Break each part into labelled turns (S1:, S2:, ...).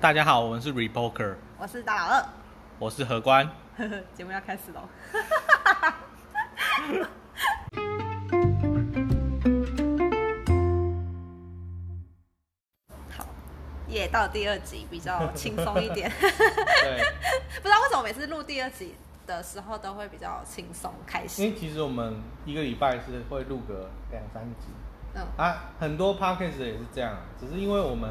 S1: 大家好，我们是 Repoker，
S2: 我是大老二
S1: 我是何官。
S2: 呵呵， 节目要开始喽。好，也到第二集比较轻松一点，
S1: 对，
S2: 不知道为什么每次录第二集的时候都会比较轻松开
S1: 因
S2: 心。
S1: 为其实我们一个礼拜是会录个两三集
S2: 嗯，
S1: 啊，很多 podcast 也是这样，啊只是因为我们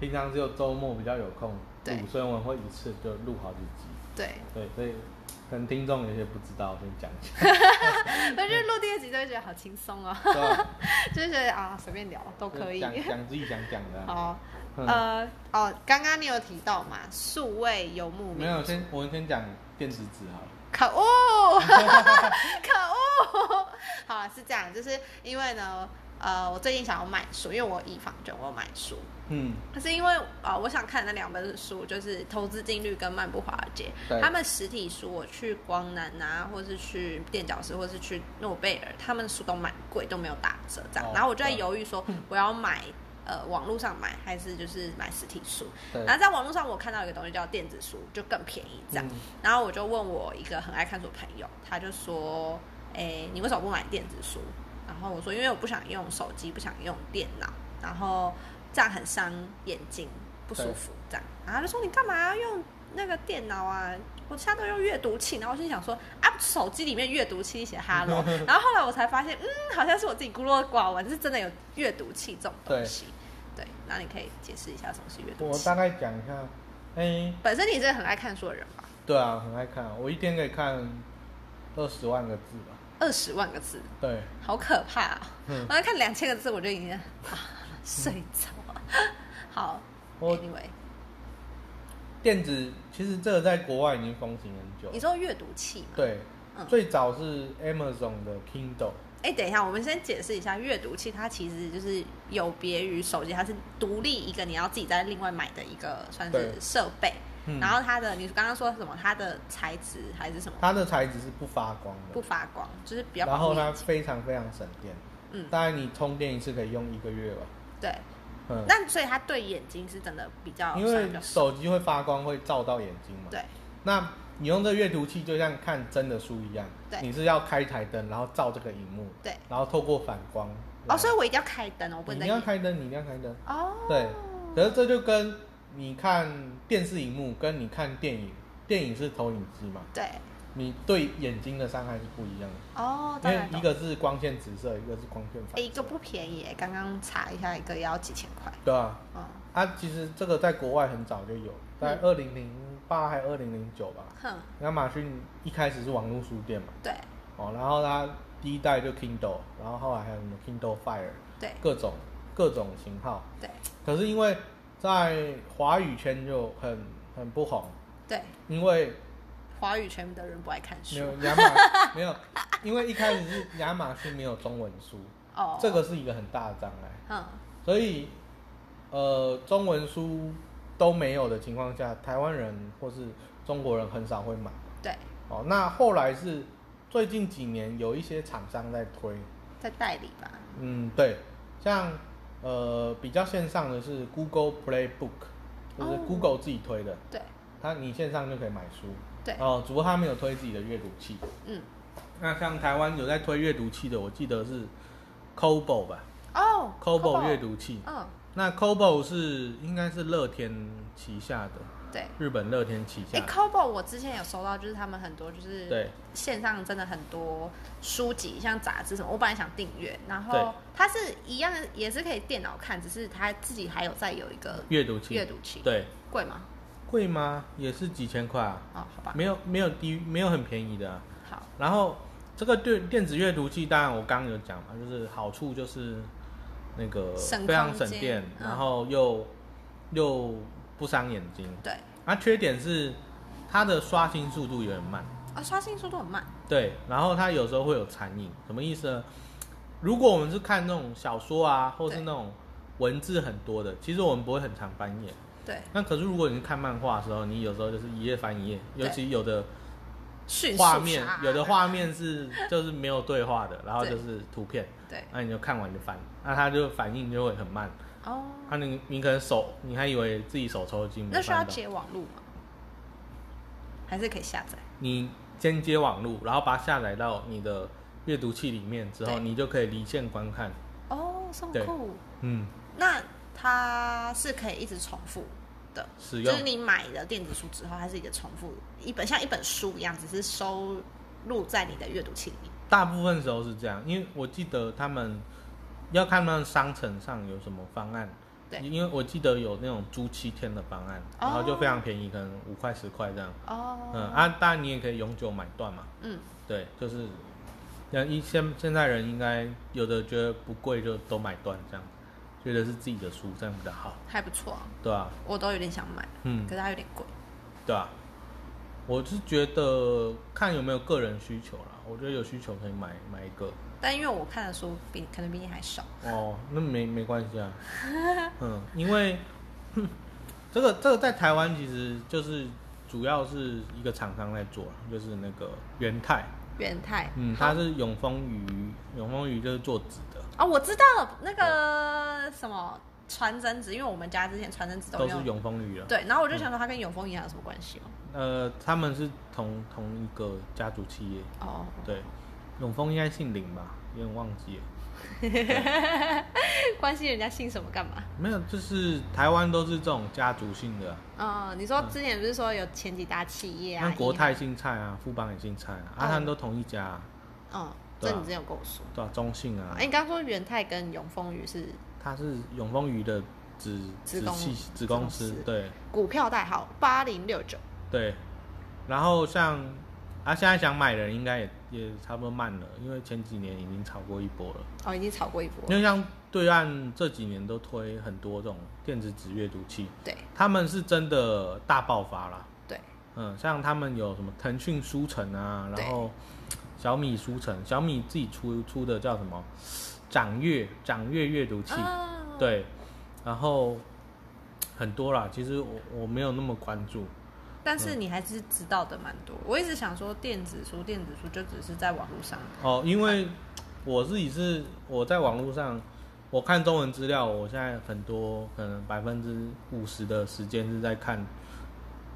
S1: 平常只有周末比较有空
S2: 对
S1: 录，所以我们会一次就录好几集。
S2: 对，
S1: 对，所以可能听众有些不知道，我先讲一下。
S2: 但是录第二集就会觉得好轻松哦，
S1: 对吧
S2: 就是觉得啊随便聊都可以。
S1: 讲讲自己想讲的啊。
S2: 好，
S1: 嗯
S2: 呃，哦，刚刚你有提到嘛，数位游牧
S1: 没
S2: 民
S1: 有，先我们先讲电子纸好了。
S2: 可 恶，可恶！哦 好啊啦，是这样，就是因为呢，呃，我最近想要买书，因为我以房卷，我有买书，
S1: 嗯，
S2: 可是因为呃，我想看的那两本书就是《投资定律》跟《漫步华尔街
S1: 对》，
S2: 他们实体书我去光南啊，或是去垫脚石，或是去诺贝尔，他们的书都蛮贵，都没有打折这样。
S1: 哦
S2: 然后我就在
S1: 对
S2: 犹豫说，我要买呃网络上买，还是就是买实体书？
S1: 对。
S2: 然后在网络上我看到一个东西叫电子书，就更便宜这样。
S1: 嗯
S2: 然后我就问我一个很爱看书的朋友，他就说：“哎，你为什么不买电子书？”然后我说：“因为我不想用手机，不想用电脑，然后这样很伤眼睛，不舒服。”这样，然后他就说：“你干嘛用那个电脑啊？我现在都用阅读器。”然后我心想说：“啊，手机里面阅读器写 Hello。”然后后来我才发现，嗯，好像是我自己孤陋寡闻，是真的有阅读器这种东西。对，那你可以解释一下什么是阅读
S1: 我
S2: 器
S1: 大？概讲一下，哎、
S2: 本身你是很爱看书的人吧？
S1: 对啊，很爱看，我一天可以看二十万个字吧。
S2: 二十万个字，
S1: 对，
S2: 好可怕啊！
S1: 嗯
S2: 我要看两千个字，我就已经啊睡着了。好
S1: 我
S2: ，Anyway，
S1: 电子其实这个在国外已经风行很久
S2: 你。说阅读器吗？。
S1: 对，
S2: 嗯
S1: 最早是 Amazon 的 Kindle，
S2: 哎，等一下，我们先解释一下，阅读器它其实就是有别于手机，它是独立一个你要自己再另外买的一个算是
S1: 对
S2: 设备。
S1: 嗯
S2: 然后它的，你刚刚说什么？它的材质还是什么？
S1: 它的材质是不发光
S2: 不
S1: 的，
S2: 发光，就是比较
S1: 然
S2: 保
S1: 后
S2: 护
S1: 它
S2: 眼睛。
S1: 非常非常省电，
S2: 嗯，
S1: 大概你充电一次可以用一个月吧。
S2: 对。
S1: 嗯，
S2: 那所以它对眼睛是真的比较
S1: 因
S2: 伤害
S1: 为
S2: 比较深
S1: 手机会发光，会照到眼睛嘛。
S2: 对
S1: 那你用这阅读器就像看真的书一样，
S2: 对
S1: 你是要开台灯，然后照这个荧幕，
S2: 对。
S1: 然后透过反光。
S2: 哦，所以我一定要开灯哦，我不
S1: 你
S2: 能
S1: 一定
S2: 再
S1: 要开
S2: 演
S1: 灯，你一定要开灯。
S2: 哦，
S1: 对，可是这就跟你看电视荧幕跟你看电影，电影是投影机嘛，
S2: 对，
S1: 你对眼睛的伤害是不一样的，
S2: 哦，
S1: 因
S2: 当然
S1: 为
S2: 懂
S1: 一。个是光线直射，一个是光线反
S2: 诶
S1: 射，
S2: 一个不便宜耶，刚刚查一下，一个要几千块。
S1: 对啊，
S2: 嗯，
S1: 它其实这个在国外很早就有，在二零零八还二零零九吧。
S2: 哼，
S1: 亚马逊一开始是网络书店嘛，
S2: 对
S1: 哦，然后它第一代就 Kindle，然后后来还有什么 Kindle Fire，
S2: 对
S1: 各种各种型号，
S2: 对
S1: 可是因为在华语圈就很很不红，
S2: 对，
S1: 因为
S2: 华语圈的人不爱看
S1: 没
S2: 书
S1: 有亚马 没有，因为一开始是亚马逊没有中文书，
S2: 哦。
S1: 这，个是一个很大的障碍，
S2: 嗯，
S1: 所以呃中文书都没有的情况下，台湾人或是中国人很少会买
S2: 对，
S1: 哦。那后来是最近几年有一些厂商在推，
S2: 在代理吧。
S1: 嗯，对，像呃比较线上的是 Google Play Book，就是
S2: 哦
S1: Google 自己推的，
S2: 对
S1: 它你线上就可以买书。
S2: 对，
S1: 哦，只不过它没有推自己的阅读器。
S2: 嗯，
S1: 那像台湾有在推阅读器的，我记得是 Kobo 吧
S2: 哦
S1: ，Kobo 阅，读器。
S2: 嗯，
S1: 那 Kobo 是应该是乐天旗下的，
S2: 对。
S1: 日本乐天旗
S2: 哎
S1: 下的。
S2: ，Kobo，我之前有收到，就是他们很多就是
S1: 对
S2: 线上真的很多书籍，像杂志什么，我本来想订阅，然
S1: 对
S2: 后它是一样，也是可以电脑看，只是它自己还有再有一个
S1: 阅读器，
S2: 阅读器，
S1: 对，
S2: 贵吗？
S1: 贵吗？也是几千块啊，
S2: 哦，好吧，
S1: 没有没有低，没有很便宜的啊、
S2: 好，
S1: 然后这个电电子阅读器，当然我刚刚有讲嘛，就是好处就是那个
S2: 省
S1: 非常
S2: 空
S1: 省
S2: 间
S1: 电，
S2: 嗯
S1: 然后又又不伤眼睛。
S2: 对，
S1: 它缺点是它的刷新速度有点慢，
S2: 啊，刷新速度很慢，
S1: 对，然后它有时候会有残影，什么意思呢？如果我们是看那种小说啊，或是
S2: 对
S1: 那种文字很多的，其实我们不会很常翻页。
S2: 对，
S1: 那可是如果你是看漫画的时候，你有时候就是一页翻一页，尤
S2: 对
S1: 其有的
S2: 迅速
S1: 画面
S2: 刷，
S1: 有的，画面是就是没有对话的，然后
S2: 对
S1: 就是图片，
S2: 对，
S1: 那你就看完就翻，那它就反应就会很慢，
S2: 哦，
S1: 啊你你可能手你还以为自己手抽筋，没
S2: 那需要
S1: 办法
S2: 接网路吗？还是可以下载？
S1: 你先接网路，然后把它下载到你的阅读器里面之后，
S2: 对
S1: 你就可以离线观看。
S2: 哦，这么
S1: 对
S2: 酷。
S1: 嗯，
S2: 那它是可以一直重复的，
S1: 使
S2: 就
S1: 用
S2: 是你买了电子书之后，它是一个重复一本像一本书一样，只是收录在你的阅读器里面。
S1: 大部分时候是这样，因为我记得他们要看他们商城上有什么方案。
S2: 对
S1: 因为我记得有那种租七天的方案，然后就非常便宜，可能五块十块这样。
S2: 哦，
S1: 嗯，啊，当然你也可以永久买断嘛。
S2: 嗯，
S1: 对，就是，那一现现在人应该有的觉得不贵就都买断这样，觉得是自己的书这样比较好，
S2: 还不错啊，
S1: 对啊，
S2: 我都有点想买，
S1: 嗯
S2: 可，是它有点贵。
S1: 对啊，我是觉得看有没有个人需求啦，我觉得有需求可以买买一个，
S2: 但因为我看的书比可能比你还少，
S1: 哦，那没没关系啊，嗯，因为这个这个在台湾其实就是主要是一个厂商在做啦，就是那个元泰，
S2: 元泰，
S1: 嗯，它是永丰鱼，永丰鱼就是做纸的，
S2: 哦，我知道了那个什么传真纸，因为我们家之前传真纸
S1: 都是
S2: 用，
S1: 永丰鱼啊。
S2: 对，然后我就想说它跟永丰银行有什么关系吗？
S1: 呃，他们是同同一个家族企业，
S2: 哦，
S1: 对，永丰应该姓林吧，有点忘记了。
S2: 关心人家姓什么干嘛？
S1: 没有，就是台湾都是这种家族性的啊、
S2: 嗯，你说之前不是说有前几大企业啊？
S1: 像嗯国泰
S2: 银
S1: 姓蔡啊，富邦也姓蔡啊，啊，
S2: 哦
S1: 他们都同一家、啊，
S2: 行，嗯，
S1: 对啊
S2: 这你之前有跟我说。
S1: 对啊，中信啊
S2: 哎、，你刚刚说元泰跟永丰宇是
S1: 它是永丰鱼的子
S2: 子
S1: 子
S2: 公
S1: 系
S2: 子
S1: 子
S2: 公
S1: 公司
S2: 司，
S1: 对
S2: 股票代号八零六九，
S1: 对。然后像啊，现在想买的人应该也也差不多慢了，因为前几年已经炒过一波了。
S2: 哦，已经炒过一波了。
S1: 因为像对岸这几年都推很多这种电子纸阅读器，
S2: 对
S1: 他们是真的大爆发啦。
S2: 对，
S1: 嗯，像他们有什么腾讯书城啊，
S2: 对
S1: 然后小米书城，小米自己出出的叫什么掌阅掌阅阅读器，
S2: 啊，
S1: 对，然后很多啦。其实我我没有那么关注，
S2: 但是你还是知道的蛮多。我一直想说电子书，电子书就只是在网络上。
S1: 哦，因为我自己是我在网络上，我看中文资料，我现在很多可能百分之五十的时间是在看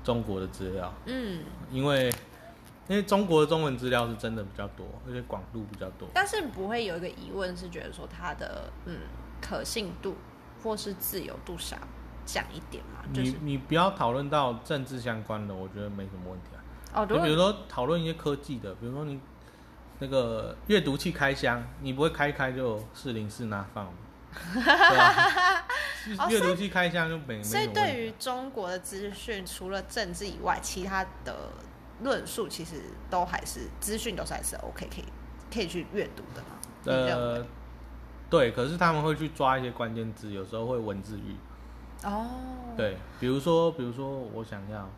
S1: 中国的资料，
S2: 嗯，
S1: 因为因为中国的中文资料是真的比较多，而且广度比较多。
S2: 但是不会有一个疑问是觉得说它的嗯可信度或是自由度下降一点嘛？就
S1: 你
S2: 是
S1: 你不要讨论到政治相关的，我觉得没什么问题啊。
S2: 哦，如
S1: 就
S2: 果
S1: 比如说讨论一些科技的，比如说你那个阅读器开箱，你不会开一开就四零四拿 放吗，对吧？
S2: 哦
S1: 阅读器开箱就没没什
S2: 所
S1: 么
S2: 以
S1: 问
S2: 对
S1: 题
S2: 于中国的资讯，除了政治以外，其他的论述其实都还是资讯都是还是 OK 可以可以去阅读的嘛？你认为？
S1: 呃，对，可是他们会去抓一些关键字，有时候会文字狱。
S2: 哦，，
S1: 对，比如说，比如说，我想要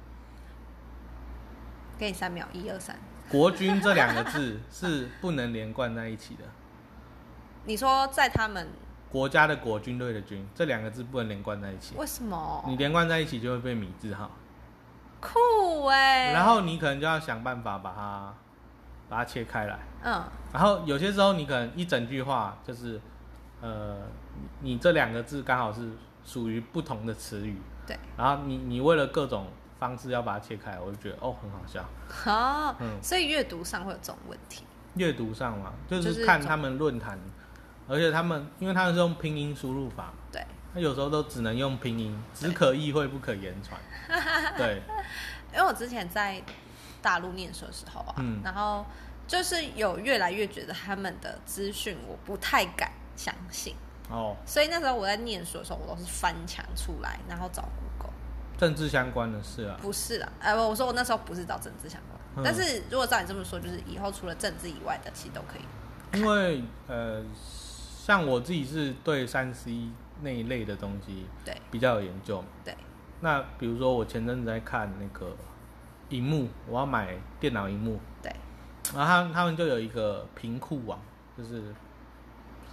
S2: 给你三秒，一二三。
S1: “国军”这两个 字是不能连贯在一起的，
S2: 你说在他们
S1: 国家的国军队的军这两个字不能连贯在一起，
S2: 为什
S1: 你
S2: 么
S1: 连贯在一起就会被米字号，
S2: 酷哎、
S1: 然后你可能就要想办法把它把它切开来。
S2: 嗯
S1: 然后有些时候你可能一整句话就是，呃，你你这两个字刚好是属于不同的词语，
S2: 对
S1: 然后你你为了各种方式要把它切开，我就觉得哦很好笑。
S2: 哦，
S1: 嗯
S2: 所以阅读上会有这种问题
S1: 阅读上嘛，就
S2: 就是
S1: 是看
S2: 总
S1: 他们论坛，而且他们因为他们是用拼音输入法，
S2: 对
S1: 他有时候都只能用拼音，只可意会不可言传。 对，
S2: 因为我之前在大陆念书的时候啊，
S1: 嗯
S2: 然后就是有越来越觉得他们的资讯我不太敢相信，
S1: 哦，
S2: 所以那时候我在念书的时候，我都是翻墙出来，然后找 Google。
S1: 政治相关的事啊，
S2: 不是啦，哎、我我说我那时候不是找政治相关，
S1: 嗯
S2: 但是如果照你这么说，就是以后除了政治以外的，其实都可以。
S1: 因为呃，像我自己是对三 C 那一类的东西
S2: 对
S1: 比较有研究嘛
S2: 对，
S1: 那比如说我前阵子在看那个荧幕，我要买电脑荧幕，
S2: 对，
S1: 然后他他们就有一个屏库网，就是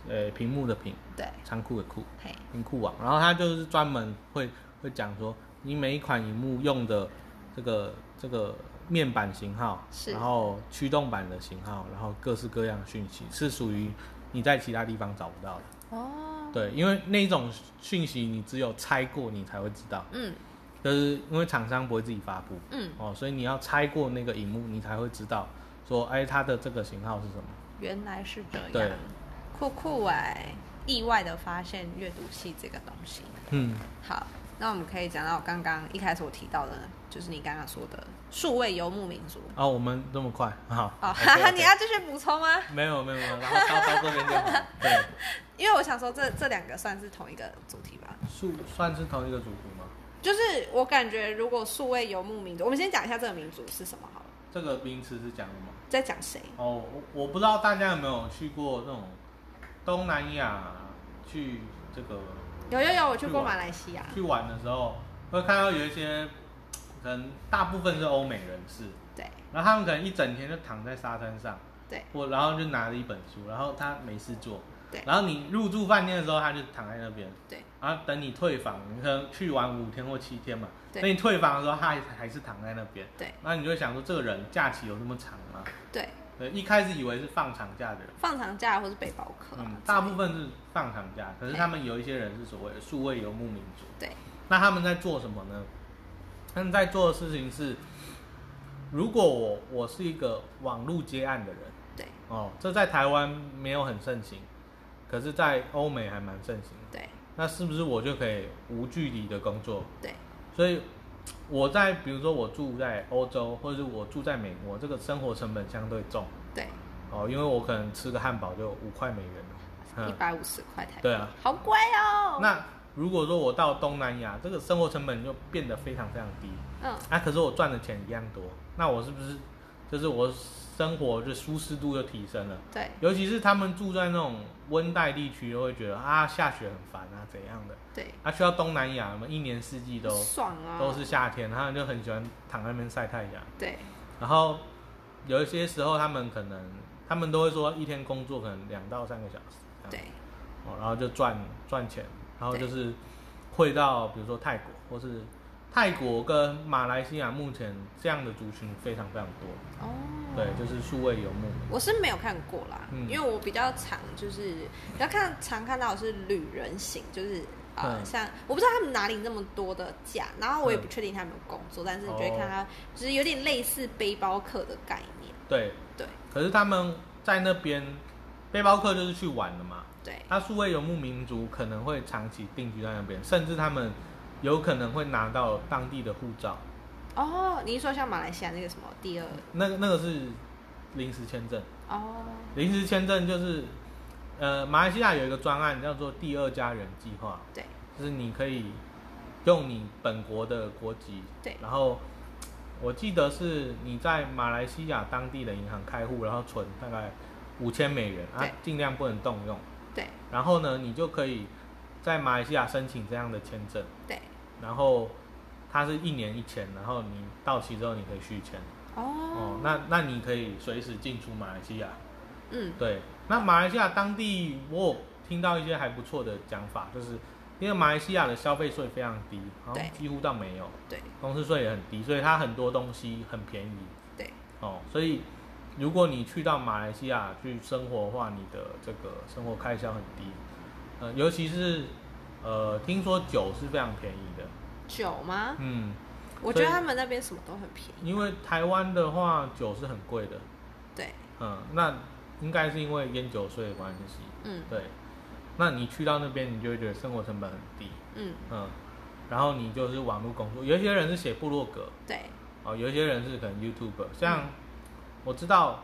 S1: 呃屏幕的屏，
S2: 对，
S1: 仓库的库，
S2: 嘿，
S1: 屏库网。然后他就是专门会会讲说，你每一款荧幕用的这个这个面板型号，
S2: 是
S1: 然后驱动板的型号，然后各式各样的讯息，是属于你在其他地方找不到的。
S2: 哦，
S1: 对，因为那一种讯息你只有拆过你才会知道，
S2: 嗯
S1: 就是因为厂商不会自己发布
S2: 嗯，
S1: 哦，所以你要拆过那个荧幕，你才会知道说，哎，它的这个型号是什么。
S2: 原来是这
S1: 对
S2: 样，酷酷哎、意外的发现阅读器这个东西。
S1: 嗯，
S2: 好，那我们可以讲到刚刚一开始我提到的，就是你刚刚说的数位游牧民族。
S1: 啊、我们这么快啊？
S2: 哦，
S1: OK，OK
S2: 哈哈， 你要继续补充吗？
S1: 没有没有没有，然后到到这边就好。对，
S2: 因为我想说这这两个算是同一个主题吧。
S1: 数算是同一个主题吗？
S2: 就是我感觉，如果数位游牧民族，我们先讲一下这个民族是什么好了，
S1: 这个名词是讲什么？
S2: 再讲谁。
S1: 哦，我我不知道大家有没有去过那种东南亚去这个
S2: 有有有，我去过马来西亚。
S1: 去玩的时候，会看到有一些可能大部分是欧美人士，
S2: 对
S1: 然后他们可能一整天就躺在沙滩上，
S2: 对
S1: 我然后就拿着一本书，然后他没事做，
S2: 对
S1: 然后你入住饭店的时候，他就躺在那边，
S2: 对，
S1: 然后等你退房，你可能去玩五天或七天嘛，
S2: 对
S1: 等你退房的时候，他还还是躺在那边，
S2: 对，
S1: 那你就会想说，这个人假期有那么长吗？
S2: 对，
S1: 对，一开始以为是放长假的人，
S2: 放长假或是背包客啊之类的、
S1: 嗯，大部分是放长假，可是他们有一些人是所谓的数位游牧民族，
S2: 对
S1: 那他们在做什么呢？他们在做的事情是，如果我我是一个网络接案的人，
S2: 对
S1: 哦，这在台湾没有很盛行，可是，在欧美还蛮盛行的。
S2: 对
S1: 那是不是我就可以无距离的工作？
S2: 对
S1: 所以我在比如说我住在欧洲，或者是我住在美国，这个生活成本相对重
S2: 对，
S1: 哦，因为我可能吃个汉堡就五块美元了。
S2: 一
S1: 嗯，
S2: 百五十块台币，
S1: 对啊。
S2: 好贵哦。
S1: 那如果说我到东南亚，这个生活成本就变得非常非常低
S2: 嗯，
S1: 啊，可是我赚的钱一样多，那我是不是就是我生活就舒适度就提升了？
S2: 对
S1: 尤其是他们住在那种温带地区，就会觉得啊下雪很烦啊怎样的。
S2: 对，
S1: 啊，去到东南亚，我们一年四季都
S2: 爽啊，
S1: 都是夏天，他们就很喜欢躺在那边晒太阳。
S2: 对
S1: 然后有一些时候，他们可能他们都会说一天工作可能两到三个小时，这
S2: 对
S1: 样，哦，然后就赚赚钱，然后
S2: 对
S1: 就是会到比如说泰国或是泰国跟马来西亚，目前这样的族群非常非常多，
S2: 哦，
S1: 对，就是数位游牧。
S2: 我是没有看过啦，
S1: 嗯
S2: 因为我比较常就是比较看常看到的是旅人型，就是呃、
S1: 嗯
S2: 像我不知道他们哪里那么多的假，然后我也
S1: 嗯
S2: 不确定他们有工作，但是你就会
S1: 哦
S2: 看他、就是有点类似背包客的概念，
S1: 对，
S2: 对
S1: 可是他们在那边背包客就是去玩了嘛，
S2: 对
S1: 他数位游牧民族可能会长期定居在那边，甚至他们有可能会拿到当地的护照，
S2: 哦，你是说像马来西亚那个什么第二
S1: 那个那个是临时签证，
S2: 哦
S1: 临时签证就是呃，马来西亚有一个专案叫做“第二家人计划
S2: 对”，
S1: 就是你可以用你本国的国籍，
S2: 对
S1: 然后。我记得是你在马来西亚当地的银行开户，然后存大概五千美元啊
S2: 对，
S1: 尽量不能动用。
S2: 对
S1: 然后呢，你就可以在马来西亚申请这样的签证，
S2: 对
S1: 然后它是一年一签，然后你到期之后你可以续签。
S2: 哦
S1: 哦，那那你可以随时进出马来西亚。
S2: 嗯
S1: 对，那马来西亚当地我有听到一些还不错的讲法，就是因为马来西亚的消费税非常低，好
S2: 对
S1: 像几乎到没有，
S2: 对
S1: 公司税也很低，所以它很多东西很便宜。
S2: 对
S1: 哦，所以如果你去到马来西亚去生活的话，你的这个生活开销很低，呃，尤其是呃，听说酒是非常便宜的，
S2: 酒吗？
S1: 嗯，
S2: 我
S1: 所
S2: 觉
S1: 以
S2: 得他们那边什么都很便宜，
S1: 因为台湾的话酒是很贵的，
S2: 对
S1: 嗯，那应该是因为烟酒税的关系，
S2: 嗯
S1: 对，那你去到那边，你就会觉得生活成本很低，
S2: 嗯
S1: 嗯，然后你就是网络工作，有一些人是写部落格，
S2: 对
S1: 哦，有一些人是可能 YouTuber，像我知道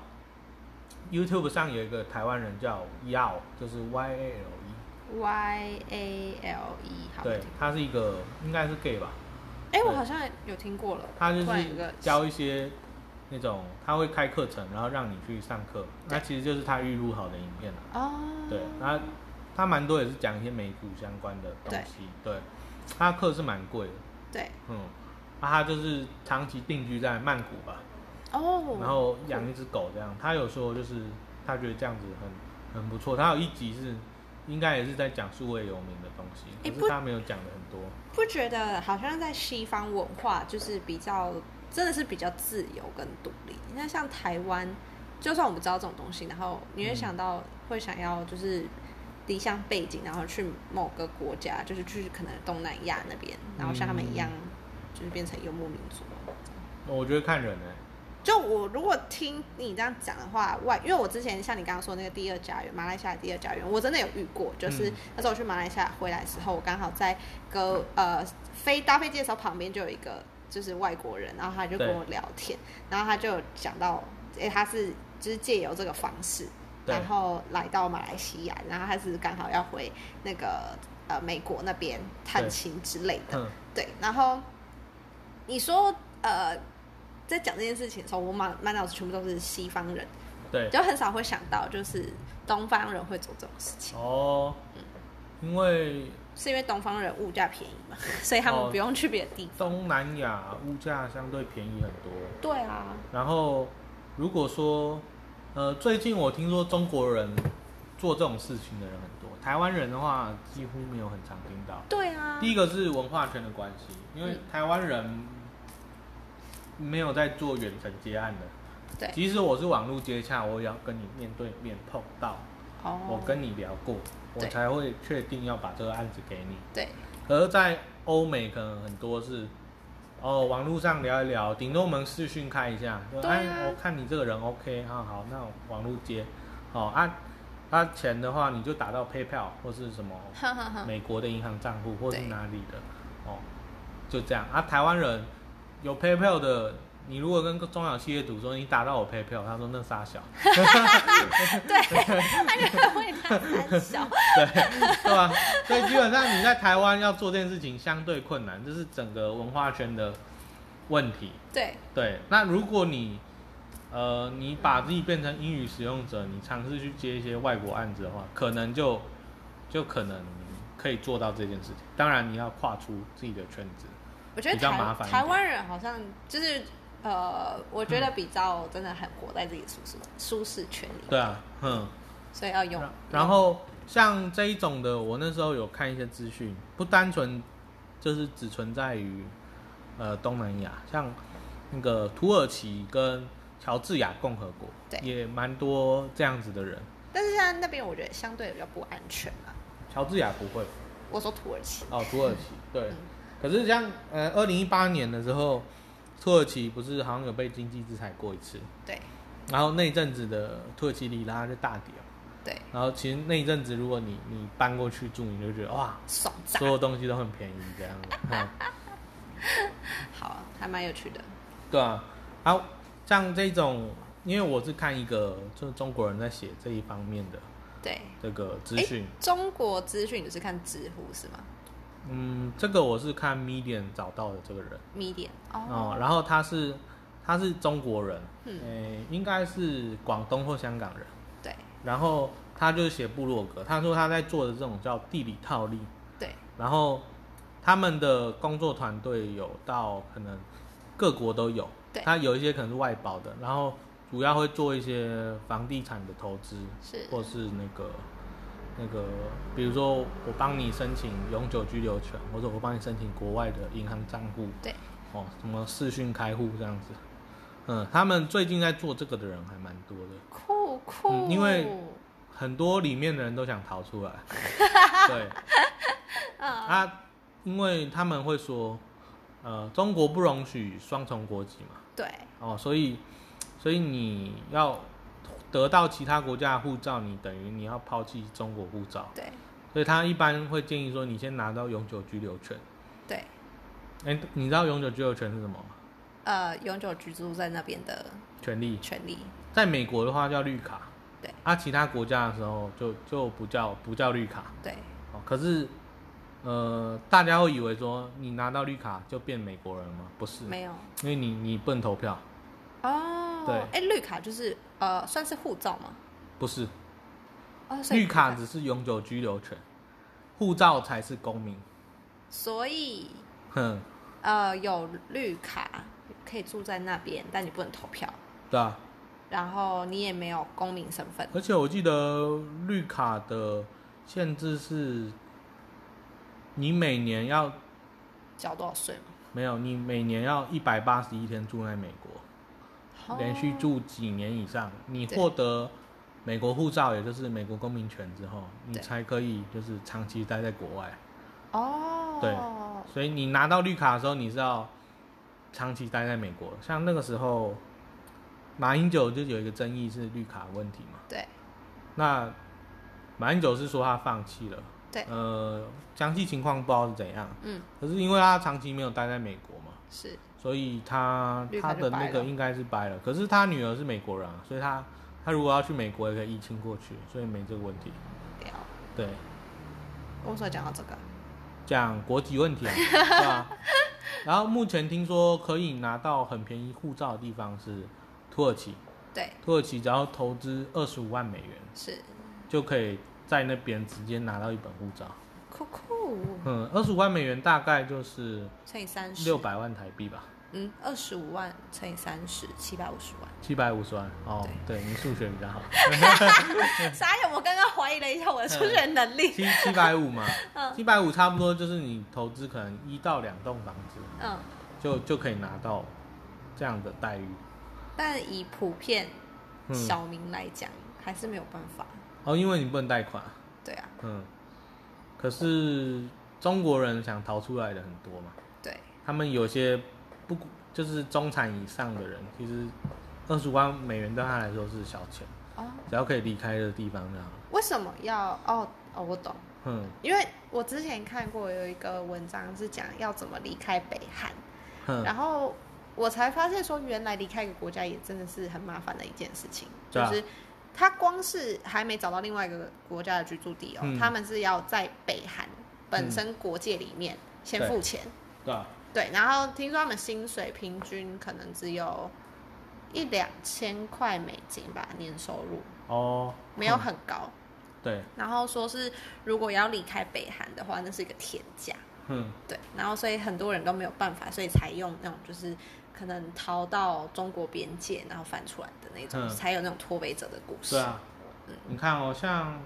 S1: YouTube 上有一个台湾人叫 Yao，就是 Y A L E，
S2: Y A L E 好
S1: 对，他是一个应该是 gay 吧，
S2: 哎、我
S1: 对
S2: 好像有听过了。
S1: 他就是
S2: 突然有个
S1: 教一些那种他会开课程，然后让你去上课，那其实就是他预录好的影片啊
S2: 哦，
S1: 对，他他蛮多也是讲一些美股相关的东西，对，他课是蛮贵的，
S2: 对
S1: 嗯，那他就是长期定居在曼谷吧，
S2: 哦，
S1: 然后养一只狗这样。他有说就是他觉得这样子很很不错。他有一集是应该也是在讲数位游民的东西，
S2: 诶
S1: 可
S2: 不
S1: 是他没有讲的很多。
S2: 不觉得好像在西方文化就是比较真的是比较自由跟独立。那像台湾，就算我们知道这种东西，然后你会想到、会想要就是离乡背景，然后去某个国家，就是去可能东南亚那边，然后像他们一样，
S1: 嗯
S2: 就是变成游牧民族。
S1: 我觉得看人呢、欸
S2: 就我如果听你这样讲的话，外因为我之前像你刚刚说那个第二家园，马来西亚第二家园，我真的有遇过，就是
S1: 嗯
S2: 那时候我去马来西亚回来的时候，我刚好在个呃飞搭飞机的时候，旁边就有一个就是外国人，然后他就跟
S1: 对
S2: 我聊天，然后他就有讲到，诶、他是就是借由这个方式，
S1: 对
S2: 然后来到马来西亚，然后他是刚好要回那个呃美国那边探
S1: 对
S2: 亲之类的，
S1: 哼，
S2: 对，然后你说呃，在讲这件事情的时候，我满满脑子全部都是西方人，
S1: 对，
S2: 就很少会想到就是东方人会做这种事情，
S1: 哦，因为
S2: 是因为东方人物价便宜嘛， 所以他们
S1: 哦
S2: 不用去别的地方。
S1: 东南亚物价相对便宜很多，
S2: 对啊，
S1: 然后如果说，呃，最近我听说中国人做这种事情的人很多，台湾人的话几乎没有很常听到。
S2: 对啊，
S1: 第一个是文化圈的关系，因为
S2: 嗯
S1: 台湾人没有在做远程接案的。
S2: 对
S1: 即使我是网络接洽，我也要跟你面对面碰到，
S2: 哦，
S1: 我跟你聊过，我
S2: 对
S1: 才会确定要把这个案子给你。
S2: 对
S1: 可是，在欧美可能很多是，哦，网络上聊一聊，顶多我们视讯看一下，就
S2: 对啊
S1: 哎、我看你这个人 OK 啊，好，那我网络接，哦啊，啊钱的话你就打到 PayPal 或是什么
S2: 哈哈哈，
S1: 美国的银行账户或是
S2: 嗯对
S1: 哪里的，哦，就这样啊。台湾人有 PayPal 的，你如果跟中小企业主说你打到我 PayPal，他说那傻 小，
S2: 对，他就会 很小，
S1: 对吧、所以基本上你在台湾要做这件事情相对困难，这是整个文化圈的问题。
S2: 对
S1: 对，那如果你呃你把自己变成英语使用者，你尝试去接一些外国案子的话，可能就就可能可以做到这件事情。当然你要跨出自己的圈子，
S2: 我觉得
S1: 比较麻
S2: 台
S1: 烦一点
S2: 台湾人好像就是呃，我觉得比较真的很活在自己舒适舒适圈里，
S1: 对啊，嗯。
S2: 所以要用
S1: 然，然后像这一种的，我那时候有看一些资讯，不单纯就是只存在于呃东南亚，像那个土耳其跟乔治亚共和国，
S2: 对
S1: 也蛮多这样子的人。
S2: 但是现在那边我觉得相对比较不安全啦。
S1: 乔治亚不会
S2: 我说土耳其，
S1: 哦，土耳其对
S2: 嗯。
S1: 可是像呃，二零一八年的时候，土耳其不是好像有被经济制裁过一次，
S2: 对
S1: 然后那一阵子的土耳其里拉就大跌了，
S2: 对，
S1: 然后其实那一阵子如果你你搬过去住，你就觉得哇，
S2: 爽炸
S1: 所，有东西都很便宜这样。 嗯
S2: 好啊，还蛮有趣的。
S1: 对啊，好，像这种，因为我是看一个就是中国人在写这一方面的
S2: 对，
S1: 这个资
S2: 诶
S1: 讯，
S2: 中国资讯你是看知乎是吗
S1: 嗯，这个我是看 Medium 找到的这个人
S2: ？Medium 哦，
S1: 哦，然后他是他是中国人，
S2: 嗯
S1: 诶、应该是广东或香港人，
S2: 对
S1: 然后他就写部落格，他说他在做的这种叫地理套利，
S2: 对
S1: 然后他们的工作团队有到可能各国都有
S2: 对，
S1: 他有一些可能是外包的，然后主要会做一些房地产的投资，
S2: 是，
S1: 或是那个那个，比如说我帮你申请永久居留权，或者我帮你申请国外的银行账户，
S2: 对
S1: 哦，什么视讯开户这样子。嗯，他们最近在做这个的人还蛮多的，
S2: 酷酷，
S1: 嗯因为很多里面的人都想逃出来，对，
S2: 嗯
S1: 他、因为他们会说，呃，中国不容许双重国籍嘛，
S2: 对
S1: 哦，所以，所以你要得到其他国家的护照，你等于你要抛弃中国护照，
S2: 对
S1: 所以他一般会建议说，你先拿到永久居留权。
S2: 对，
S1: 哎、你知道永久居留权是什么吗？
S2: 呃，永久居住在那边的
S1: 权利，
S2: 权利，
S1: 在美国的话叫绿卡，
S2: 对，
S1: 啊，其他国家的时候就就不叫不叫绿卡，
S2: 对
S1: 哦，可是。呃，大家会以为说你拿到绿卡就变美国人吗？不是，
S2: 没有
S1: 因为你你不能投票，
S2: 哦，
S1: 对
S2: 哎，绿卡就是呃，算是护照吗？
S1: 不是
S2: 哦，所以
S1: 绿卡，只是永久居留权，护照才是公民。
S2: 所以
S1: 哼，
S2: 呃，有绿卡可以住在那边，但你不能投票。
S1: 对啊。
S2: 然后你也没有公民身份，
S1: 而且我记得绿卡的限制是，你每年要
S2: 交多少税吗？
S1: 没有，你每年要一百八十一天住在美国，连续
S2: 哦
S1: 住几年以上，你
S2: 对
S1: 获得美国护照，也就是美国公民权之后，你
S2: 对
S1: 才可以就是长期待在国外。
S2: 哦，
S1: 对所以你拿到绿卡的时候，你是要长期待在美国。像那个时候，马英九就有一个争议是绿卡问题嘛。
S2: 对
S1: 那马英九是说他放弃了。
S2: 对
S1: 呃，详细情况不知道是怎样。
S2: 嗯，
S1: 可是因为他长期没有待在美国嘛，
S2: 是
S1: 所以他
S2: 绿
S1: 他
S2: 卡
S1: 的
S2: 就
S1: 那
S2: 掰
S1: 个
S2: 了
S1: 应该是掰了。可是他女儿是美国人、啊，所以他他如果要去美国也可以移亲过去，所以没这个问题。
S2: 聊。
S1: 对，
S2: 我为什么讲到这个？
S1: 讲国籍问 题啊，对吧？然后目前听说可以拿到很便宜护照的地方是土耳其，
S2: 对，
S1: 土耳其只要投资二十五万美元
S2: 是
S1: 就可以在那边直接拿到一本护照。
S2: 酷酷
S1: 嗯，二十五万美元大概就是
S2: 乘以三十
S1: 六，百万台币吧，
S2: 嗯，二十五万乘以三十，七百五十万。
S1: 七百五十万。哦，对你数学比较好，嗯
S2: 傻眼，我刚刚怀疑了一下我的数学能力。
S1: 七七百五 嘛，
S2: 嗯
S1: 七百五差不多就是你投资可能一到两栋房子
S2: 嗯，
S1: 就就可以拿到这样的待遇。
S2: 但以普遍
S1: 嗯
S2: 小民来讲，还是没有办法。
S1: 哦，因为你不能贷款。
S2: 对啊，
S1: 嗯，可是中国人想逃出来的很多嘛，
S2: 对，
S1: 他们有些不就是中产以上的人，其实二十万美元对他来说是小钱，
S2: 哦，
S1: 只要可以离开这个地方就好了。
S2: 为什么要？哦哦，我懂。
S1: 嗯，
S2: 因为我之前看过有一个文章是讲要怎么离开北韩，
S1: 哼，
S2: 然后我才发现说，原来离开一个国家也真的是很麻烦的一件事情，
S1: 对
S2: 就
S1: 啊
S2: 是他光是还没找到另外一个国家的居住地哦，
S1: 嗯
S2: 他们是要在北韩本身国界里
S1: 嗯
S2: 面先付钱，
S1: 对啊，
S2: 对，然后听说他们薪水平均可能只有一两千块美金吧，年收入
S1: 哦，
S2: 没有
S1: 哼
S2: 很高，
S1: 对，
S2: 然后说是如果要离开北韩的话，那是一个天价。
S1: 嗯，
S2: 对，然后所以很多人都没有办法，所以才用那种就是可能逃到中国边界，然后翻出来的那种，
S1: 嗯
S2: 才有那种脱北者的故事。嗯
S1: 对啊，你看哦，像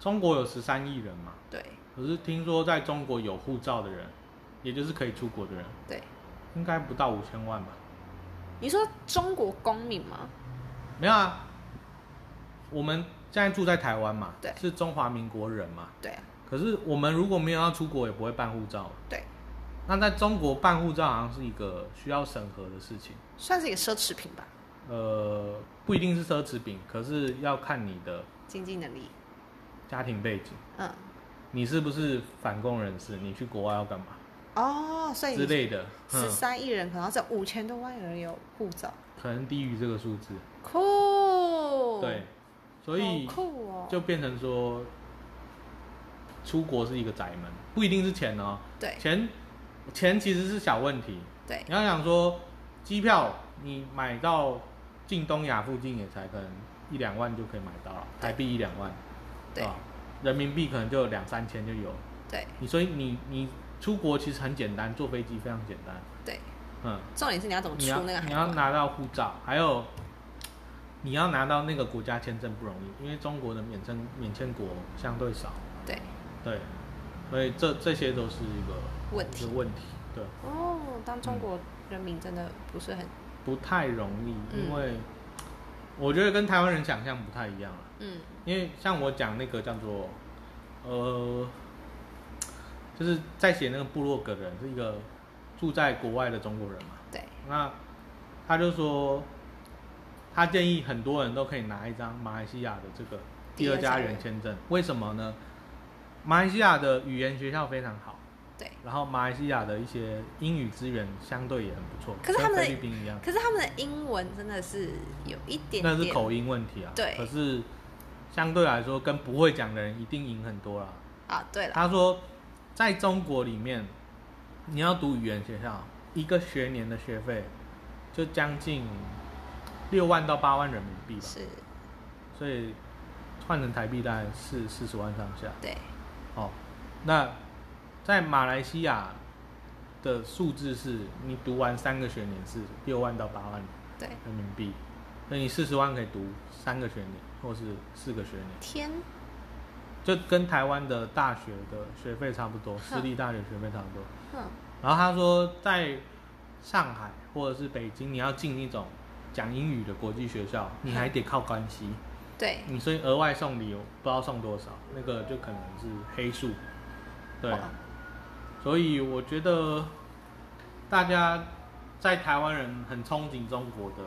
S1: 中国有十三亿人嘛，
S2: 对
S1: 可是听说在中国有护照的人，也就是可以出国的人，
S2: 对
S1: 应该不到五千万吧。
S2: 你说中国公民吗？
S1: 没有啊，我们现在住在台湾嘛，
S2: 对
S1: 是中华民国人嘛。
S2: 对啊，
S1: 可是我们如果没有要出国，也不会办护照嘛。
S2: 对，啊
S1: 那在中国办护照好像是一个需要审核的事情，
S2: 算是一个奢侈品吧，
S1: 呃，不一定是奢侈品，可是要看你的
S2: 经济能力。
S1: 家庭背景，
S2: 嗯，
S1: 你是不是反共人士，你去国外要干嘛
S2: 哦，所以
S1: 之类的，
S2: 十
S1: 嗯，
S2: 三亿人可能只有五千多万人有护照，
S1: 可能低于这个数字，
S2: 酷。
S1: 对，，所以
S2: 哦好酷哦。
S1: 就变成说，出国是一个宅门，不一定是钱哦，
S2: 对
S1: 钱钱其实是小问题。
S2: 对
S1: 你要想说，机票你买到近东亚附近也才可能一两万就可以买到了，
S2: 对
S1: 台币一两万，
S2: 对
S1: 吧？人民币可能就有两三千就有了。
S2: 对
S1: 你所以你你出国其实很简单，坐飞机非常简单。
S2: 对，
S1: 嗯，
S2: 重点是你要怎么
S1: 你
S2: 出
S1: 要
S2: 那个
S1: 你
S2: 海
S1: 要
S2: 关？
S1: 拿到护照，还有你要拿到那个国家签证不容易，因为中国的免签免签国相对少，
S2: 对，
S1: 对，所以这这些都是一个
S2: 问
S1: 一
S2: 题
S1: 个。问题，对。
S2: 哦，当中国人民真的不是很
S1: 不太容易，
S2: 嗯
S1: 因为我觉得跟台湾人想象不太一样了。
S2: 嗯
S1: 因为像我讲那个叫做，呃，就是在写那个部落格的人是一个住在国外的中国人嘛，
S2: 对
S1: 那他就说，他建议很多人都可以拿一张马来西亚的这个第二家园签证，为什么呢？马来西亚的语言学校非常好，
S2: 对。
S1: 然后马来西亚的一些英语资源相对也很不错，
S2: 可是他
S1: 跟
S2: 们的
S1: 菲律宾一样。
S2: 可是他们的英文真的是有一点点，
S1: 那是口音问题啊。
S2: 对
S1: 可是相对来说，跟不会讲的人一定赢很多啦。
S2: 啊，对了，
S1: 他说，在中国里面，你要读语言学校，一个学年的学费就将近六万到八万人民币吧，
S2: 是，
S1: 所以换成台币大概是四十万上下。
S2: 对
S1: 哦，那在马来西亚的数字是，你读完三个学年是六万到八万
S2: 对，
S1: 人民币，所以你四十万可以读三个学年或是四个学年，
S2: 天，
S1: 就跟台湾的大学的学费差不多，
S2: 哼
S1: 私立大学学费差不多。
S2: 哼，
S1: 然后他说，在上海或者是北京，你要进一种讲英语的国际学校，你还得靠关系，
S2: 对，
S1: 你所以额外送礼，不知道送多少，那个就可能是黑数。对
S2: 哇
S1: 啊，所以我觉得大家在台湾人很憧憬中国的，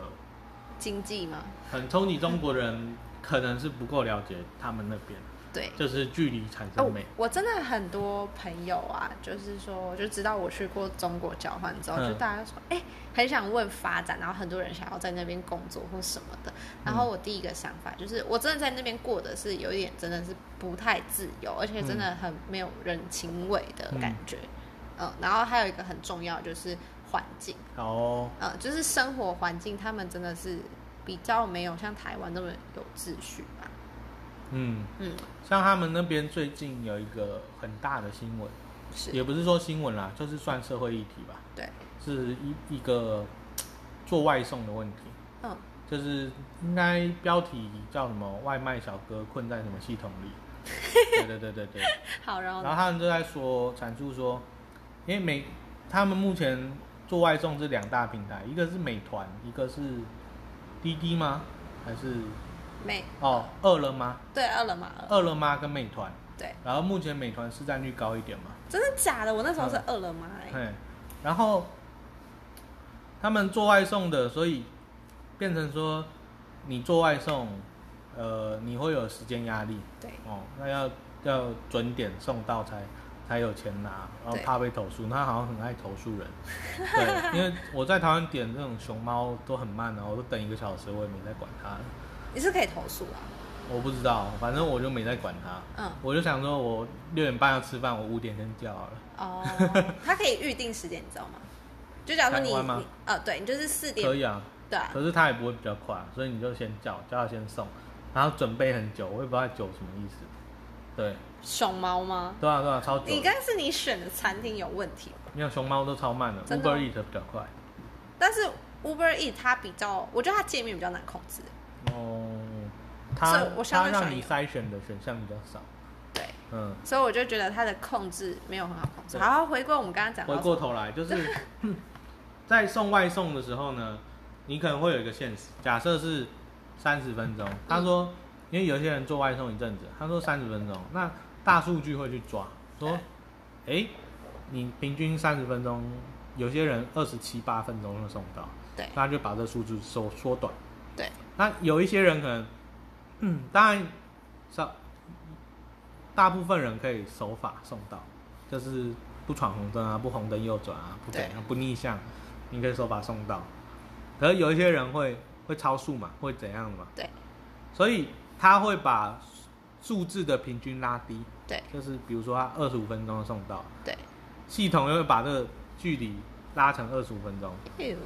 S2: 经济嘛，
S1: 很憧憬中国人，可能是不够了解他们那边，
S2: 对。
S1: 就是距离产
S2: 哦
S1: 生美。，
S2: 我真的很多朋友啊，就是说，就知道我去过中国交换之后，
S1: 嗯
S2: 就大家说，哎、很想问发展，然后很多人想要在那边工作或什么的。然后我第一个想法就是，我真的在那边过的是有一点真的是不太自由，而且真的很没有人情味的感觉。嗯，然后还有一个很重要就是环境，
S1: 然后
S2: 呃，就是生活环境，他们真的是比较没有像台湾那么有秩序吧。
S1: 嗯，
S2: 嗯，
S1: 像他们那边最近有一个很大的新闻，
S2: 是，
S1: 也不是说新闻啦，就是算社会议题吧，
S2: 对，
S1: 是一一个做外送的问题。
S2: 嗯，
S1: 就是应该标题叫什么“外卖小哥困在什么系统里”，对对对对对。
S2: 好，然后
S1: 然后
S2: 呢
S1: 他们就在说阐述说，因为美他们目前做外送这两大平台，一个是美团，一个是滴滴吗？还是
S2: 没
S1: 哦饿了吗？
S2: 对，饿了么，饿
S1: 饿了吗跟美团，
S2: 对，
S1: 然后目前美团市占率高一点嘛，
S2: 真的假的？我那时候是饿了么、欸，
S1: 嘿，然后他们做外送的，所以变成说你做外送，呃，你会有时间压力
S2: 对
S1: 哦，那要要准点送到才才有钱拿，然后
S2: 对
S1: 怕被投诉，那好像很爱投诉人，对，因为我在台湾点这种熊猫都很慢啊，我都等一个小时，我也没在管它，
S2: 你是可以投诉啊。
S1: 我不知道，反正我就没在管它。
S2: 嗯，
S1: 我就想说，我六点半要吃饭，我五点先叫好了。
S2: 哦，它可以预定时间，你知道吗？就假如说你，
S1: 台湾吗
S2: 你呃，对你就是四点
S1: 可，以啊，
S2: 对啊、
S1: 可是他也不会比较快，所以你就先叫，叫他先送，然后准备很久，我也不知道久什么意思。对，
S2: 熊猫吗？
S1: 对啊对啊，超久的。
S2: 你该是你选的餐厅有问题，
S1: 没有熊猫都超慢的
S2: 真的哦
S1: ，Uber Eat 比较快。
S2: 但是 Uber E 它比较，我觉得它界面比较难控制。
S1: 哦，
S2: 所
S1: 它
S2: 以我相
S1: 它
S2: 对
S1: 让
S2: 喜
S1: 你筛选的选项比较少。
S2: 对，
S1: 嗯，
S2: 所以我就觉得它的控制没有很好控制。
S1: 对
S2: 好，回归我们刚刚讲
S1: 回
S2: 到
S1: 过头来就是 在送外送的时候呢，你可能会有一个限时，假设是三十分钟。他说，因为有些人做外送一阵子，他说三十分钟，那大数据会去抓，说，诶，你平均三十分钟，有些人二十七八分钟就送到，
S2: 对
S1: 那他就把这数字缩缩短。
S2: 对，
S1: 那有一些人可能，嗯，当然少，大部分人可以守法送到，就是不闯红灯啊，不红灯右转啊，不怎
S2: 对
S1: 样，不逆向，你可以守法送到。可是有一些人会会超速嘛，会怎样嘛？
S2: 对
S1: 所以他会把数字的平均拉低，
S2: 对
S1: 就是比如说他二十五分钟送到，
S2: 对，
S1: 系统又会把这个距离拉成二十五分钟，
S2: 哎呦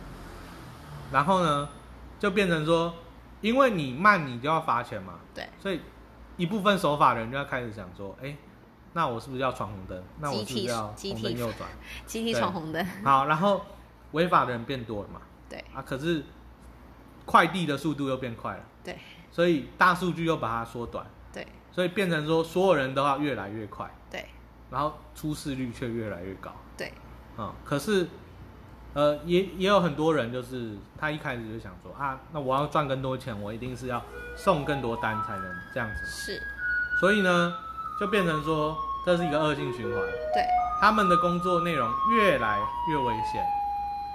S1: 然后呢，就变成说，因为你慢，你就要罚钱嘛，
S2: 对，
S1: 所以一部分守法人就要开始想说，哎、那我是不是要闯红灯？那我是不是要
S2: 集体
S1: 红灯右转？
S2: 集体
S1: 对
S2: 闯红灯，
S1: 好，然后违法的人变多了嘛，
S2: 对
S1: 啊，可是快递的速度又变快了，
S2: 对
S1: 所以大数据又把它缩短，
S2: 对
S1: 所以变成说所有人都要越来越快，
S2: 对
S1: 然后出事率却越来越高。
S2: 对，
S1: 嗯，可是，呃，也也有很多人就是他一开始就想说啊，那我要赚更多钱，我一定是要送更多单才能这样子嘛，
S2: 是，
S1: 所以呢，就变成说这是一个恶性循环，
S2: 对。
S1: 他们的工作内容越来越危险，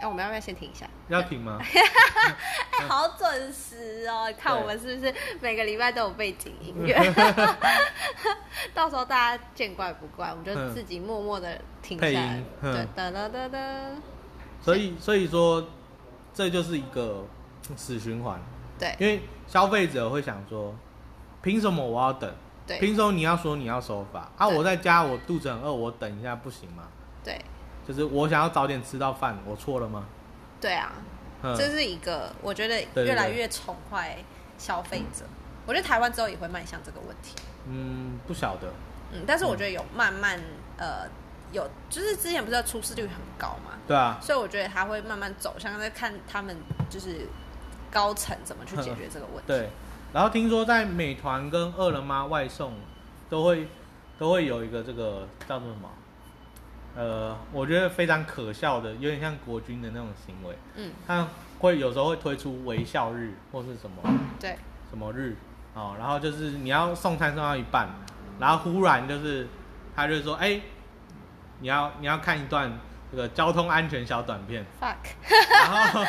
S2: 那、我们要不要先停一下？
S1: 要停 吗？嗯
S2: 哎，好准时哦！看我们是不是每个礼拜都有背景音 乐？ 到时候大家见怪不怪，我们就
S1: 嗯
S2: 自己默默的停下
S1: 配
S2: 来
S1: 音，
S2: 对
S1: 嗯，
S2: 哒哒哒哒，
S1: 所以所以说这就是一个死循环，
S2: 对
S1: 因为消费者会想说，凭什么我要等？
S2: 对
S1: 凭什么你要说你要守法啊？
S2: 对
S1: 我在家我肚子很饿，我等一下不行吗？
S2: 对
S1: 就是我想要早点吃到饭，我错了吗？
S2: 对啊！
S1: 嗯，
S2: 这是一个我觉得
S1: 对
S2: 越来越宠坏消费者。我觉得台湾之后也会迈向这个问题，
S1: 嗯，不晓得，
S2: 嗯，但是我觉得有慢慢呃有，就是之前不是出事率很高嘛，
S1: 对啊，
S2: 所以我觉得他会慢慢走向，在看他们就是高层怎么去解决这个问题。
S1: 对。然后听说在美团跟饿了么外送都会都会有一个这个叫做什么？呃，我觉得非常可笑的，有点像国军的那种行为。
S2: 嗯，
S1: 他会有时候会推出微笑日或是什么
S2: 对
S1: 什么日，哦，然后就是你要送餐送到一半，然后忽然就是他就说，哎、你要你要看一段这个交通安全小短片，
S2: fuck，
S1: 然后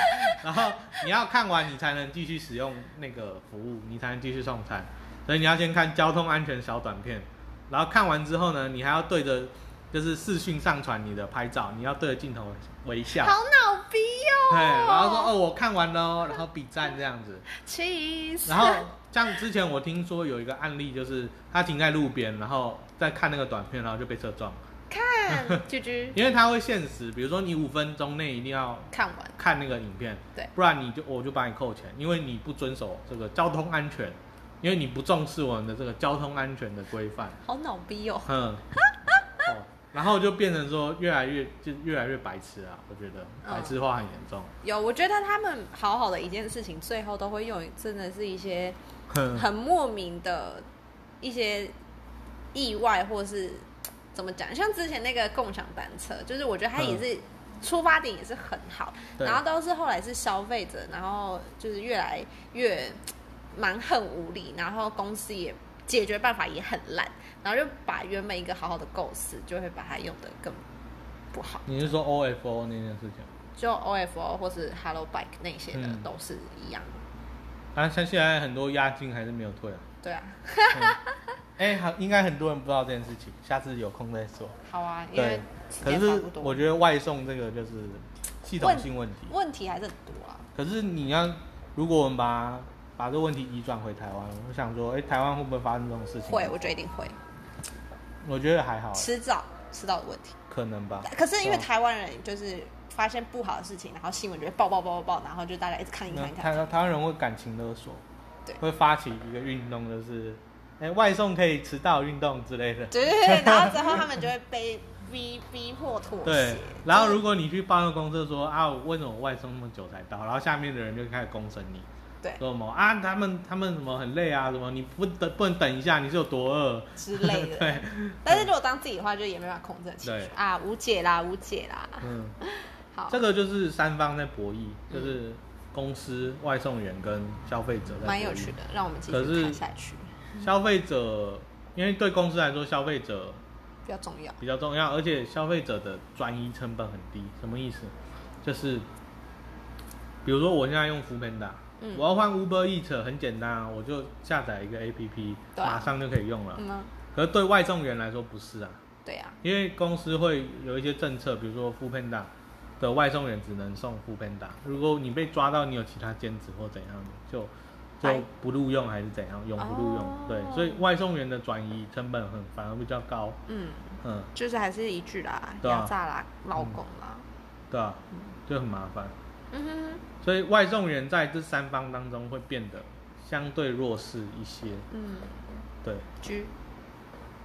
S1: 然后你要看完你才能继续使用那个服务，你才能继续送餐，所以你要先看交通安全小短片，然后看完之后呢，你还要对着就是视讯上传你的拍照，你要对着镜头微笑，
S2: 好哦脑逼
S1: 对，然后说
S2: 哦。
S1: 哦我看完了哦，然后比赞这样子。
S2: Cheese。
S1: 然后像之前我听说有一个案例，就是他停在路边，然后在看那个短片，然后就被车撞，
S2: 看 啾啾，
S1: 因为他会限时，比如说你五分钟内一定要
S2: 看完
S1: 看那个影片，
S2: 对
S1: 不然你就我就把你扣钱，因为你不遵守这个交通安全，因为你不重视我们的这个交通安全的规 范，
S2: 好脑逼哦。
S1: 嗯，哦，然后就变成说越来越就越来越白痴啊，我觉得
S2: 嗯
S1: 白痴化很严 重，
S2: 有，我觉得他们好好的一件事情，最后都会用，真的是一些
S1: 哼
S2: 很莫名的一些意外，或是怎么讲？像之前那个共享单车，就是我觉得它
S1: 嗯
S2: 也是、出发点也是很好，
S1: 对
S2: 然后都是后来是消费者，然后就是越来越蛮横无理，然后公司也解决办法也很烂，然后就把原本一个好好的构思，就会把它用的更不好。
S1: 你是说 O F O 那件事情？
S2: 就 OFO 或是 Hello Bike 那些的
S1: 嗯
S2: 都是一样，
S1: 啊，像现在很多押金还是没有 退啊。
S2: 对啊，
S1: 哎、好，应该很多人不知道这件事情，下次有空再说。
S2: 好啊，因
S1: 对
S2: 为，时
S1: 可
S2: 间差
S1: 是
S2: 不多，
S1: 我觉得外送这个就是系统性问题。
S2: 问题还是很多啊。
S1: 可是你要，如果我们把把这个问题移转回台湾，我想说，哎、台湾会不会发生这种事情？
S2: 会，我觉得一定会，
S1: 我觉得还好，
S2: 迟早迟早的问题。
S1: 可能吧。
S2: 可是因为
S1: 对啊
S2: 台湾人就是发现不好的事情，然后新闻就会爆爆爆爆爆，然后就大家一直看一
S1: 那
S2: 看一看。
S1: 台台湾人会感情勒索，
S2: 对
S1: 会发起一个运动，就是哎、外送可以迟到运动之类的。
S2: 对对对，然后之后他们就会被逼逼迫妥协。
S1: 对，然后如果你去报那个公司说啊，我为什么外送那么久才到？然后下面的人就开始公审你，
S2: 对
S1: 说什么啊，他们他们什么很累啊，什么你不等不能等一下，你是有多饿？
S2: 之类的，
S1: 对，
S2: 但是如果当自己的话，就也没办法控制情绪
S1: 对
S2: 啊，无解啦，无解啦。
S1: 嗯，
S2: 好，嗯
S1: 这个就是三方在博弈，就是公司、外送员跟消费者在博弈。
S2: 蛮有趣的，嗯让我们继
S1: 可
S2: 续
S1: 是
S2: 看下去，
S1: 消费者，因为对公司来说，消费者
S2: 比较重要。
S1: 比较重要，而且消费者的转移成本很低。什么意思？就是比如说我现在用 f o o p a n d a
S2: 嗯
S1: 我要换 Uber Eats 很简单啊，我就下载一个 APP，、
S2: 对啊
S1: 马上就可以用了。
S2: 嗯啊，
S1: 可是对外送员来说不是啊，
S2: 对啊，
S1: 因为公司会有一些政策，比如说 f o o p a n d a 的外送员只能送 f o o p a n d a 如果你被抓到你有其他兼职或怎样的，就
S2: 哎
S1: 就不录用还是怎样，永不录用。
S2: 哦
S1: 对，所以外送员的转移成本很反而比较高。
S2: 嗯，
S1: 嗯，
S2: 就是还是一句啦，
S1: 对啊
S2: 压榨啦，老公啦，
S1: 对啊，就很麻烦。
S2: 嗯哼，
S1: 所以外送员在这三方当中会变得相对弱势一些。
S2: 嗯，
S1: 对，
S2: 居。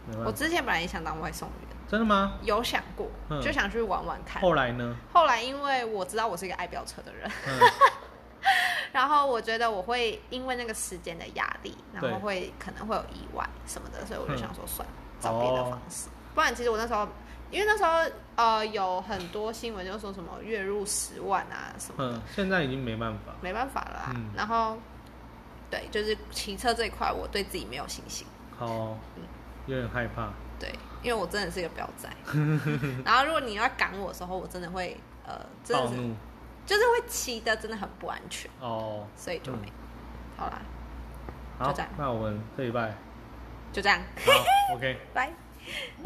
S1: 没办
S2: 我
S1: 法。
S2: 之前本来也想当外送员，
S1: 真的吗？
S2: 有想过，
S1: 嗯
S2: 就想去玩玩看。
S1: 后来呢？
S2: 后来因为我知道我是一个爱飙车的人，
S1: 嗯，
S2: 然后我觉得我会因为那个时间的压力，然后
S1: 对
S2: 会可能会有意外什么的，所以我就
S1: 嗯
S2: 想说算了，找别的
S1: 哦
S2: 方式。不然其实我那时候，因为那时候呃有很多新闻就说什么月入十万啊什么的，
S1: 嗯，现在已经没办法。
S2: 没办法了、啊。
S1: 嗯
S2: 然后，对，就是骑车这一块，我对自己没有信心。
S1: 哦，有点害怕。
S2: 对，因为我真的是一个婊 仔。然后，如果你要赶我的时候，我真的会呃， 真
S1: 暴
S2: 的是
S1: 怒。
S2: 就是会骑的真的很不安全，
S1: 哦，
S2: 所以就没。
S1: 嗯
S2: 好啦，
S1: 好
S2: 就这样，
S1: 那我们这一拜，
S2: 就这样，
S1: 好，OK。
S2: 拜。